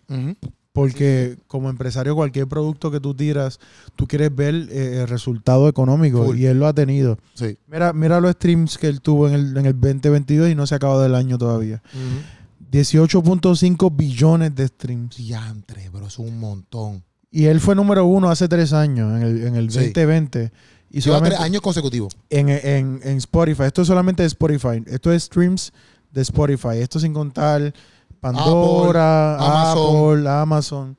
Porque como empresario, cualquier producto que tú tiras, tú quieres ver eh, el resultado económico
Full.
y él lo ha tenido.
Sí.
Mira, mira los streams que él tuvo en el, en el 2022 y no se ha acabado el año todavía. 18.5 billones de streams.
Diantre, bro, es un montón.
Y él fue número uno hace tres años, en el, en el
Sí.
2020. Y
Lleva
solamente
tres años consecutivos.
en, en- en Spotify. Esto es solamente de Spotify. Esto es streams de Spotify. Esto sin contar Pandora,
Amazon.
Apple, Amazon.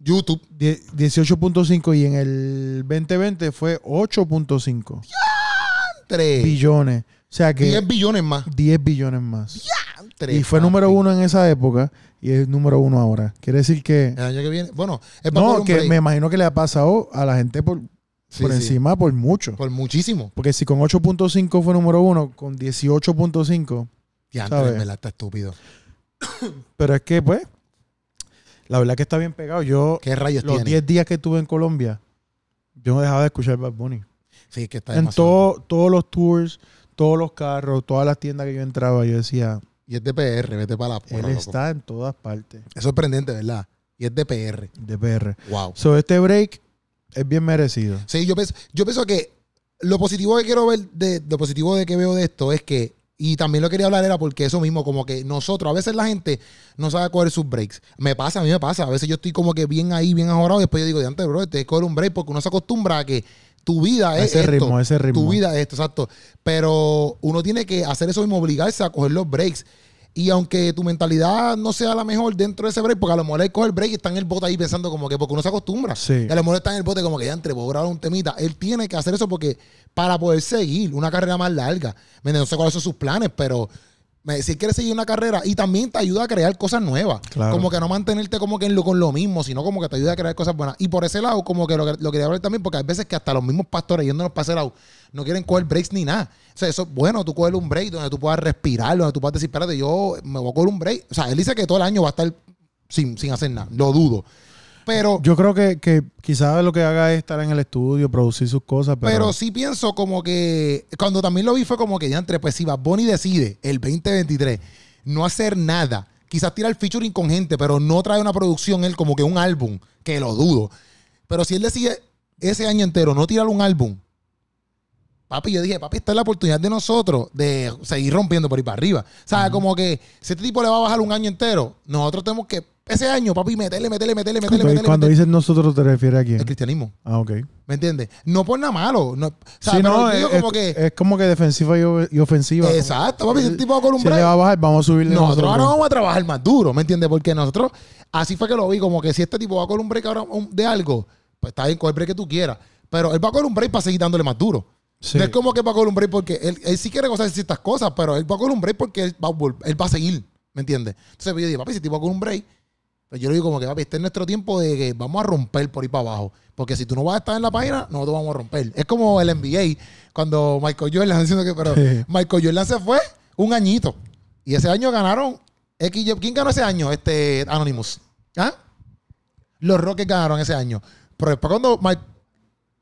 YouTube.
Die- 18.5 y en el 2020 fue 8.5
Tres.
billones. O sea que
10 billones más.
10 billones más.
Tres,
Y fue
papi.
número uno en esa época y es número uno ahora. Quiere decir que...
El año que viene. Bueno, es para
No,
un
que
break.
me imagino que le ha pasado a la gente por,
Sí,
por
sí.
encima por mucho.
Por muchísimo.
Porque si con 8.5 fue número uno, con 18.5...
Diantre,
¿Sabes?
en verdad está estúpido.
Pero es que, pues, la verdad que está bien pegado. Yo,
¿Qué rayos
los
tiene?
10 días que estuve en Colombia, yo no dejaba de escuchar Bad Bunny.
Sí, es que está
En
demasiado.
todo, todos los tours, todos los carros, todas las tiendas que yo entraba, yo decía,
Y es de PR, vete para la
él
porra, loco.
está en todas partes.
Es sorprendente, ¿verdad? Y es de PR.
de PR.
Wow.
So, este break es bien merecido.
Sí, yo pienso, yo pienso que lo positivo que quiero ver, de, lo positivo de que veo de esto es que, y también lo quería hablar era porque eso mismo, como que nosotros, a veces la gente no sabe coger sus breaks. Me pasa, a mí me pasa. A veces yo estoy como que bien ahí, bien ahorrado, y después yo digo, de antes, bro, te coger un break porque uno se acostumbra a que tu vida es
Ese
esto,
ritmo, ese
Tu
ritmo.
vida es esto, exacto. Pero uno tiene que hacer eso mismo, obligarse a coger los breaks. Y aunque tu mentalidad no sea la mejor dentro de ese break, porque a lo mejor él coge el break y está en el bote ahí pensando como que porque uno se acostumbra.
Sí.
Y a lo mejor está en el bote como que ya entre, puedo grabar un temita. Él tiene que hacer eso porque para poder seguir una carrera más larga. ¿Me entiendes? No sé cuáles son sus planes, pero me- si él quiere seguir una carrera y también te ayuda a crear cosas nuevas.
Claro.
Como que no mantenerte como que en lo, con lo mismo, sino como que te ayuda a crear cosas buenas. Y por ese lado, como que lo, lo quería hablar también, porque hay veces que hasta los mismos pastores yéndonos para ese lado no quieren coger breaks ni nada. O sea, eso es bueno, tú coger un break donde tú puedas respirar, donde tú puedas decir, espérate, yo me voy a coger un break. O sea, él dice que todo el año va a estar sin, sin hacer nada. Lo dudo. Pero
Yo creo que, que quizás lo que haga es estar en el estudio, producir sus cosas, pero,
Pero, sí pienso como que cuando también lo vi fue como que ya entre pues si Bad Bunny decide el 2023 no hacer nada, quizás tirar el featuring con gente, pero no trae una producción él como que un álbum, que lo dudo. Pero si él decide ese año entero no tirar un álbum, papi, yo dije, papi, esta es la oportunidad de nosotros de seguir rompiendo por ahí para arriba. O sea, como que si este tipo le va a bajar un año entero, nosotros tenemos que ese año, papi, meterle, meterle, meterle, meterle,
cuando,
meterle.
cuando
meterle.
dices nosotros te refieres a quién.
El cristianismo.
Ah, ok.
¿Me entiendes? No por nada malo. No, o sea,
Sí,
pero
no, eh,
digo
es,
como
es-
que.
es como que defensiva y, o- y ofensiva. Eh,
Exacto, papi. Si el tipo va con un
Si le va a
break,
bajar, vamos a subirle.
nosotros ahora
dos.
vamos a trabajar más duro, ¿me entiendes? Porque nosotros, así fue que lo vi, como que si este tipo va con un break ahora un- de algo, pues está bien, con el break que tú quieras. Pero él va con un break para seguir dándole más duro.
Sí.
No es como que va con un break porque él, él sí quiere gozar de ciertas cosas, pero él va con un break porque él va, a vol- él va a seguir, ¿me entiendes? Entonces pues, yo digo, papi, si el tipo va con un break, pues yo le digo como que, papi, este es nuestro tiempo de que vamos a romper por ahí para abajo. Porque si tú no vas a estar en la página, nosotros vamos a romper. Es como el NBA, cuando Michael Jordan, diciendo que, pero
Sí.
Michael Jordan se fue un añito. Y ese año ganaron, X, ¿quién ganó ese año? Este, Anonymous. ¿Ah? Los Rockets ganaron ese año. Pero después cuando Mike,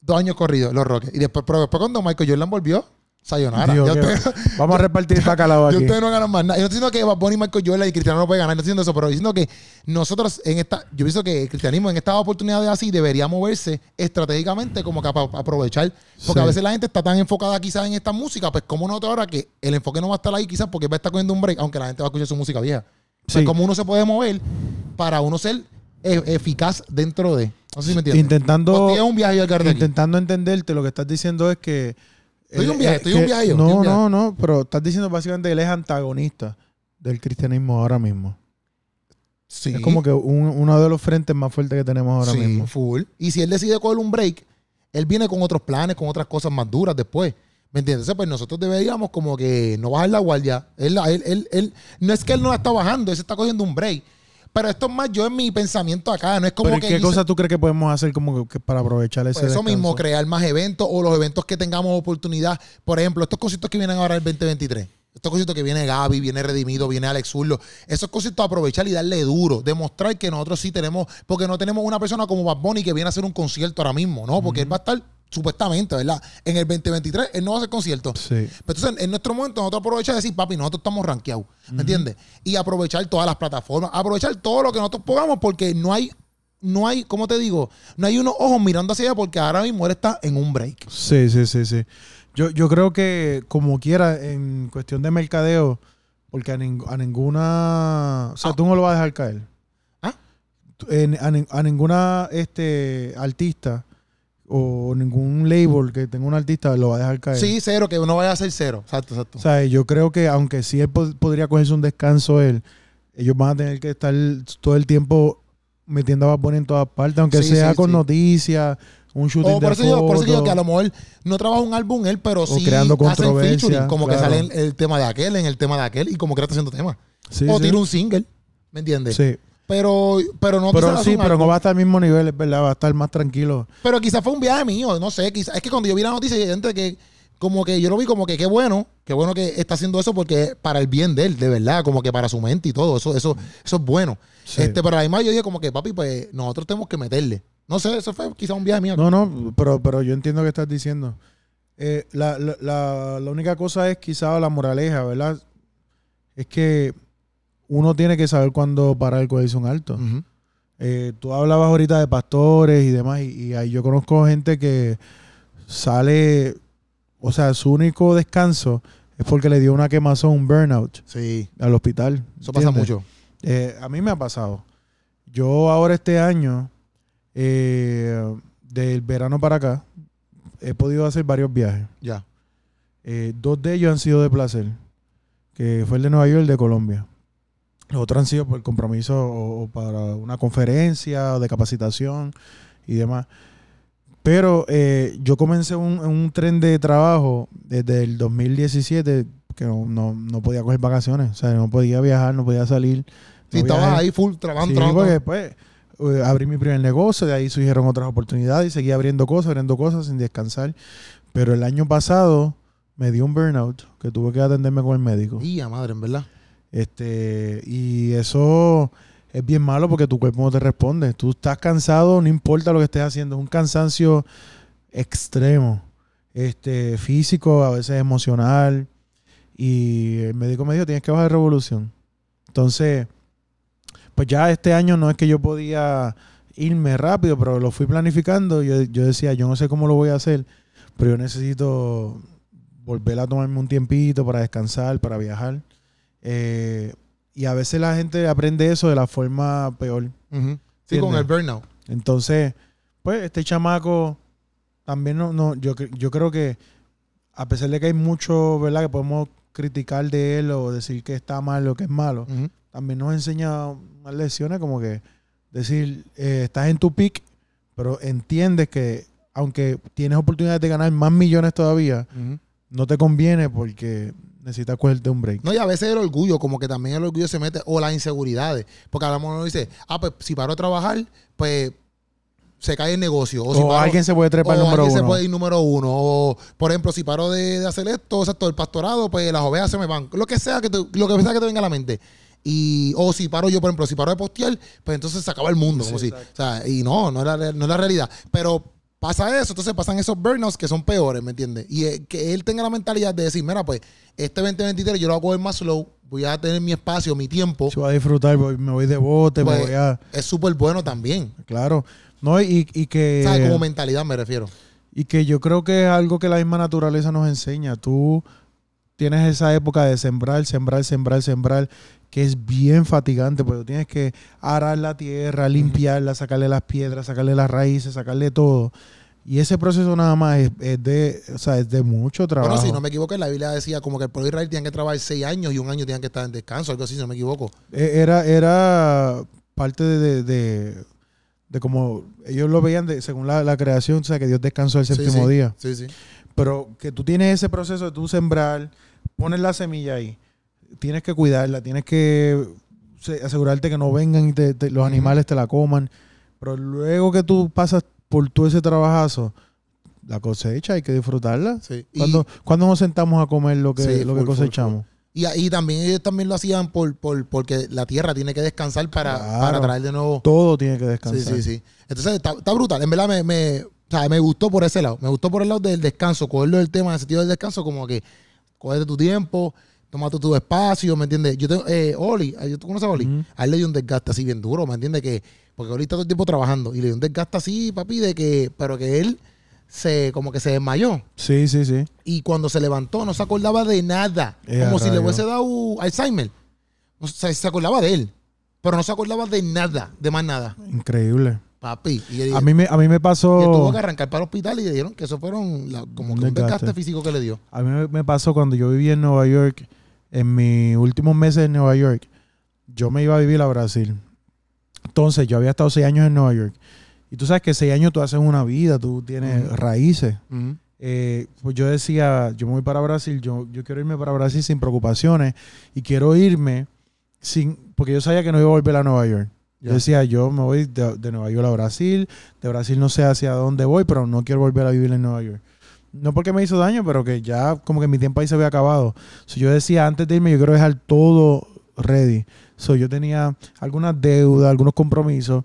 dos años corridos, los Rockets. Y después, pero después cuando Michael Jordan volvió, Sayonara.
Digo,
Ya
que-
ustedes-
Vamos a repartir bacalao
yo
aquí.
ustedes no ganan más nada. Yo no estoy diciendo que Bad Bunny, Michael Jordan y Cristiano no pueden ganar, no estoy diciendo eso, pero diciendo que nosotros en esta, yo pienso que el cristianismo en estas oportunidades así debería moverse estratégicamente como que para aprovechar. Porque
Sí.
a veces la gente está tan enfocada quizás en esta música, pues como nosotros ahora que el enfoque no va a estar ahí quizás porque va a estar cogiendo un break, aunque la gente va a escuchar su música vieja. Pues
Sí.
como uno se puede mover para uno ser e- eficaz dentro de. No sé si me entiendes.
Intentando,
Porque es un viaje al jardín.
intentando entenderte, lo que estás diciendo es que.
Estoy
eh,
un viaje,
eh,
estoy un
que-
viaje yo,
No,
estoy un viaje.
no, no, pero estás diciendo básicamente que él es antagonista del cristianismo ahora mismo.
Sí.
Es como que un- uno de los frentes más fuertes que tenemos ahora
sí,
mismo.
full. Y si él decide coger un break, él viene con otros planes, con otras cosas más duras después. ¿Me entiendes? Entonces, pues nosotros deberíamos como que no bajar la guardia. Él, él, él, él- no es que él no la está bajando, él se está cogiendo un break. Pero esto es más yo en mi pensamiento acá, no es como
Pero ¿y
que...
¿qué
dice-
cosa tú crees que podemos hacer como que, que para aprovechar ese
Pues eso
descanso?
mismo, crear más eventos o los eventos que tengamos oportunidad. Por ejemplo, estos conciertos que vienen ahora el 2023. Estos conciertos que viene Gaby, viene Redimido, viene Alex Urlo. Esos conciertos aprovechar y darle duro. Demostrar que nosotros sí tenemos... Porque no tenemos una persona como Bad Bunny que viene a hacer un concierto ahora mismo, ¿no? Porque él va a estar, supuestamente, ¿verdad? En el 2023 él no va a hacer conciertos.
Sí.
Pero entonces, en nuestro momento, nosotros aprovechar y decir, papi, nosotros estamos rankeados. ¿Me entiendes? Y aprovechar todas las plataformas, aprovechar todo lo que nosotros podamos, porque no hay, no hay, ¿cómo te digo? No hay unos ojos mirando hacia ella, porque ahora mismo él está en un break.
Sí, sí, sí, sí. Yo, yo creo que como quiera, en cuestión de mercadeo, porque a, ning- a ninguna... O sea, tú no lo vas a dejar caer.
Ah.
Tú- en- a, nin- a ninguna este, artista o ningún label que tenga un artista lo va a dejar caer.
Sí, cero, que uno vaya a ser cero. Exacto, exacto.
O sea, yo creo que aunque sí él pod- podría cogerse un descanso él, ellos van a tener que estar todo el tiempo metiendo a Bad Bunny en todas partes, aunque
Sí,
sea
sí,
con
sí.
noticias, un shooting
O por
de
eso, digo, por eso digo
fotos.
que a lo mejor no trabaja un álbum él, pero sí
creando
hacen
controversia,
featuring. Como que
claro.
sale en el tema de aquel, en el tema de aquel, y como que ahora está haciendo temas.
Sí,
o
sí.
tira un single, ¿me entiendes?
Sí.
Pero, pero no
Pero
quizás
sí,
un
pero no
álbum.
va a estar al mismo nivel, es verdad, va a estar más tranquilo.
Pero quizás fue un viaje mío, no sé, quizás es que cuando yo vi la noticia, hay gente que como que yo lo vi como que qué bueno, qué bueno que está haciendo eso porque para el bien de él, de verdad, como que para su mente y todo, eso eso eso es bueno.
Sí.
Este, pero además yo dije como que papi, pues nosotros tenemos que meterle. No sé, eso fue quizás un viaje mío.
No, no, pero, pero yo entiendo que estás diciendo. Eh, la, la- la- la única cosa es quizá la moraleja, ¿verdad?
Mm.
Es que uno tiene que saber cuándo parar el corazón alto.
Ujú.
Eh, tú hablabas ahorita de pastores y demás, y, y ahí yo conozco gente que sale, o sea, su único descanso es porque le dio una quemazón, un burnout
Sí,
al hospital.
eso pasa
¿entiendes?
mucho.
Eh, a mí me ha pasado. Yo ahora este año, eh, del verano para acá, he podido hacer varios viajes.
Ya.
Eh, dos de ellos han sido de placer, que fue el de Nueva York y el de Colombia. Los otros han sido por compromiso o, o para una conferencia o de capacitación y demás. Pero eh, yo comencé un, un tren de trabajo desde el 2017 que no, no- no podía coger vacaciones, o sea, no podía viajar, no podía salir.
Si
no
estabas
viajé.
ahí full trabajando,
Sí,
trabajando.
porque después eh, abrí mi primer negocio, de ahí surgieron otras oportunidades y seguí abriendo cosas, abriendo cosas sin descansar. Pero el año pasado me dio un burnout que tuve que atenderme con el médico.
Y a madre, en verdad.
Este, y eso es bien malo porque tu cuerpo no te responde. Tú estás cansado, no importa lo que estés haciendo, es un cansancio extremo, este, físico, a veces emocional. Y el médico me dijo, tienes que bajar revolución. Entonces, pues ya este año no es que yo podía irme rápido, pero lo fui planificando. Yo, yo decía, yo no sé cómo lo voy a hacer, pero yo necesito volver a tomarme un tiempito para descansar, para viajar. Eh, y a veces la gente aprende eso de la forma peor.
Ujú. Sí, con
Entiendo.
el burnout.
Entonces, pues este chamaco también no, no yo, cre- yo creo que a pesar de que hay mucho, ¿verdad? Que podemos criticar de él o decir que está mal o que es malo,
Ujú.
también nos enseña unas lecciones como que decir, eh, estás en tu pick, pero entiendes que aunque tienes oportunidades de ganar más millones todavía,
Ujú.
no te conviene porque necesitas cogerte un break.
No, y a veces el orgullo, como que también el orgullo se mete, o las inseguridades. Porque hablamos, uno dice, ah, pues si paro a trabajar, pues se cae el negocio. O, si
o
paro-
alguien se puede trepar
o
número
alguien
uno.
se puede ir número uno. O, por ejemplo, si paro de, de hacer esto, o sea, todo el pastorado, pues las ovejas se me van. Lo que sea que te, lo que sea que te venga a la mente. Y, o si paro yo, por ejemplo, si paro de postear, pues entonces se acaba el mundo. como si, o sea, y no, no es, la, re- no es la realidad. Pero pasa eso, entonces pasan esos burnouts que son peores, ¿me entiendes? Y eh, que él tenga la mentalidad de decir, mira, pues, este 2023 yo lo hago en más slow, voy a tener mi espacio, mi tiempo.
Si voy a disfrutar, voy- me voy de bote,
Pues,
me voy a.
es súper bueno también.
Claro. No, y, y que.
¿Sabes? Como mentalidad me refiero.
Y que yo creo que es algo que la misma naturaleza nos enseña. Tú tienes esa época de sembrar, sembrar, sembrar, sembrar, que es bien fatigante, porque tienes que arar la tierra, limpiarla, sacarle las piedras, sacarle las raíces, sacarle todo. Y ese proceso nada más es, es de, o sea, es de mucho trabajo.
Bueno, si no me equivoco, en la Biblia decía como que el pueblo de Israel tenía que trabajar seis años y un año tenían que estar en descanso, algo así, si no me equivoco.
Eh, Era, era parte de, de, de- de como ellos lo veían de, según la, la creación, o sea, que Dios descansó el
Sí,
séptimo
sí.
día.
Sí, sí.
Pero que tú tienes ese proceso de tú sembrar, pones la semilla ahí, tienes que cuidarla, tienes que se- asegurarte que no vengan y te- te- los
Ujú.
animales te la coman. Pero luego que tú pasas por todo ese trabajazo, la cosecha hay que disfrutarla.
sí. Y-
¿Cuándo, cuándo nos sentamos a comer lo que,
Sí,
lo que
full, full,
cosechamos?
Y, ahí también ellos también lo hacían por, por- porque la tierra tiene que descansar para,
Claro.
para traer de nuevo.
Todo tiene que
Sí,
descansar.
sí, sí. Entonces está, está brutal. En verdad me, me, o sea, me gustó por ese lado. Me gustó por el lado del descanso, cogerlo del tema en el sentido del descanso, como que cógete tu tiempo, tómate tu espacio, ¿me entiendes? Yo tengo, eh, Oli, eh, ¿tú conoces a Oli?
Ujú.
A él le dio un desgaste así bien duro, ¿me entiendes? Que, porque Oli está todo el tiempo trabajando y le dio un desgaste así, papi, de que, pero que él se, como que se desmayó.
Sí, sí, sí.
Y cuando se levantó, no se acordaba de nada.
Eh,
como si le
rayo.
hubiese dado Alzheimer. O sea, se acordaba de él. Pero no se acordaba de nada, de más nada.
Increíble.
Papi. Y yo dije,
A mí me, a mí me
y él tuvo
pasó.
que arrancar para el hospital y le dieron que eso fueron la- como
Un
que un
Oh. desgaste.
desgaste físico que le dio.
A mí me- me pasó cuando yo vivía en Nueva York, en mis últimos meses en Nueva York, yo me iba a vivir a Brasil. Entonces, yo había estado seis años en Nueva York. Y tú sabes que seis años tú haces una vida, tú tienes
Ujú.
raíces. Eh, pues yo decía, yo me voy para Brasil, yo, yo quiero irme para Brasil sin preocupaciones y quiero irme sin, porque yo sabía que no iba a volver a Nueva York.
Ya.
Yo decía, yo me voy de, de Nueva York a Brasil, de Brasil no sé hacia dónde voy, pero no quiero volver a vivir en Nueva York. No porque me hizo daño, pero que ya como que mi tiempo ahí se había acabado. So, yo decía, antes de irme yo quiero dejar todo ready. So, yo tenía algunas deudas, algunos compromisos.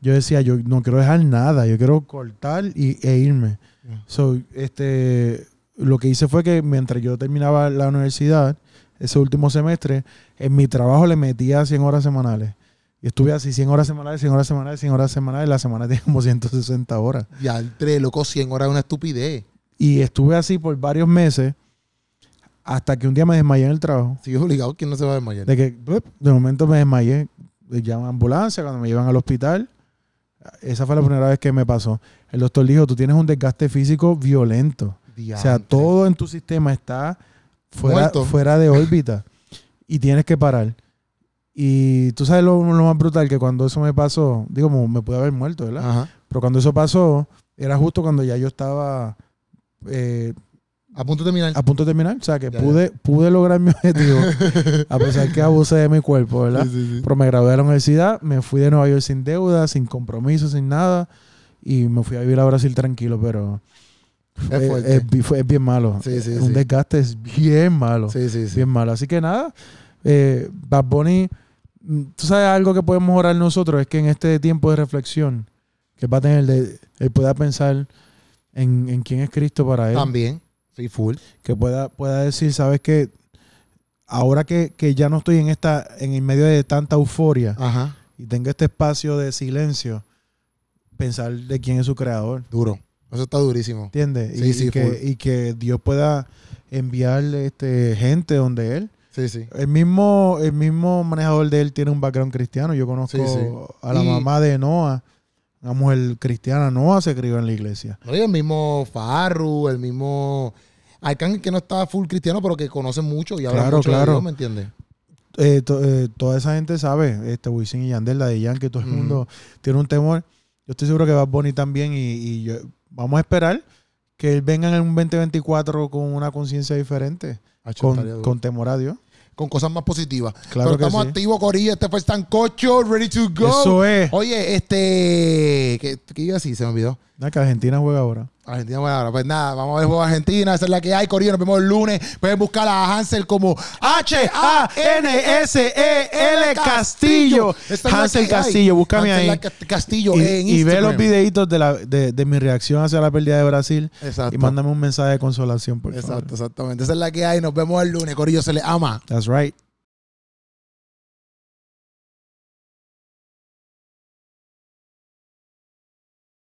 Yo decía, yo no quiero dejar nada, yo quiero cortar y, e irme.
Ya.
So, este, lo que hice fue que mientras yo terminaba la universidad, ese último semestre, en mi trabajo le metía 100 horas semanales. Y estuve así 100 horas semanales, 100 horas semanales, 100 horas semanales. La semana tiene como 160 horas.
Y al tres, loco, 100 horas es una estupidez.
Y estuve así por varios meses hasta que un día me desmayé en el trabajo.
Si es obligado, ¿quién no se va a desmayar?
De que ¡bup! de momento me desmayé. Me Llaman a ambulancia cuando me llevan al hospital. Esa fue la primera vez que me pasó. El doctor dijo, tú tienes un desgaste físico violento. O sea,
Diantre.
todo en tu sistema está fuera,
Muerto.
fuera de órbita y tienes que parar. Y tú sabes lo, lo más brutal que cuando eso me pasó, digo, mo- me pude haber muerto, ¿verdad?
Ajá.
Pero cuando eso pasó, era justo cuando ya yo estaba eh,
A punto de terminar.
a punto de terminar. O sea, que
Ya, ya.
pude, pude lograr mi objetivo, a pesar que abusé de mi cuerpo, ¿verdad?
Sí, sí, sí.
Pero me gradué de la universidad, me fui de Nueva York sin deuda, sin compromiso, sin nada. Y me fui a vivir a Brasil tranquilo, pero
Es
es,
fuerte.
Eh, es bi- fue- es bien malo.
Sí, sí,
un
sí.
desgaste es bien malo.
Sí, sí, sí.
Bien malo. Así que nada, eh, Bad Bunny, mm, tú sabes algo que podemos orar nosotros, es que en este tiempo de reflexión, que va a tener, de, él pueda pensar en, en quién es Cristo para él
También. Sí, full.
que pueda, pueda decir, sabes que ahora que, que ya no estoy en esta, en el medio de tanta euforia
Ajá.
y tengo este espacio de silencio, pensar de quién es su creador.
Duro. Eso está durísimo.
¿Entiendes?
Sí,
y,
sí,
y
full.
que, y que Dios pueda enviarle este, gente donde él.
Sí, sí.
El mismo, el mismo manejador de él tiene un background cristiano. Yo conozco
Sí, sí.
a la
Y-
mamá de Noah, una mujer cristiana. Noah se crió en la iglesia.
No, y el mismo Farru, el mismo Arcángel que no está full cristiano, pero que conoce mucho y habla
Claro,
mucho
claro.
de Dios, ¿me entiendes?
eh, to- eh, toda esa gente sabe, este Wisin y Yandel, la de Yankee, todo el
Ujú.
mundo tiene un temor. Yo estoy seguro que va Bunny también y, y yo- vamos a esperar que él venga en un 2024 con una conciencia diferente,
Hacho, estaría
con,
duro.
con temor a Dios.
con cosas más positivas.
Claro
Pero
que
estamos
sí.
activos, Corillo. Este fue el Sancocho, ready to go.
Eso es.
Oye, este. ¿Qué, qué iba a decir? Se me olvidó.
Nada, que Argentina juega ahora.
Argentina, bueno, ahora, pues nada, vamos a ver el juego de Argentina, esa es la que hay, Corillo, nos vemos el lunes, pueden buscar a Hansel como E
H-A-N-S-E-L E Castillo.
Esa es la
Hansel
que hay.
Castillo, búscame
Hansel
ahí.
Ca- Castillo
Y,
en
y ve
Instagram.
los videitos de, la, de, de mi reacción hacia la pérdida de Brasil
Exacto.
y mándame un mensaje de consolación, por favor.
Exacto, exactamente. Esa es la que hay. Nos vemos el lunes. Corillo se le ama.
That's right.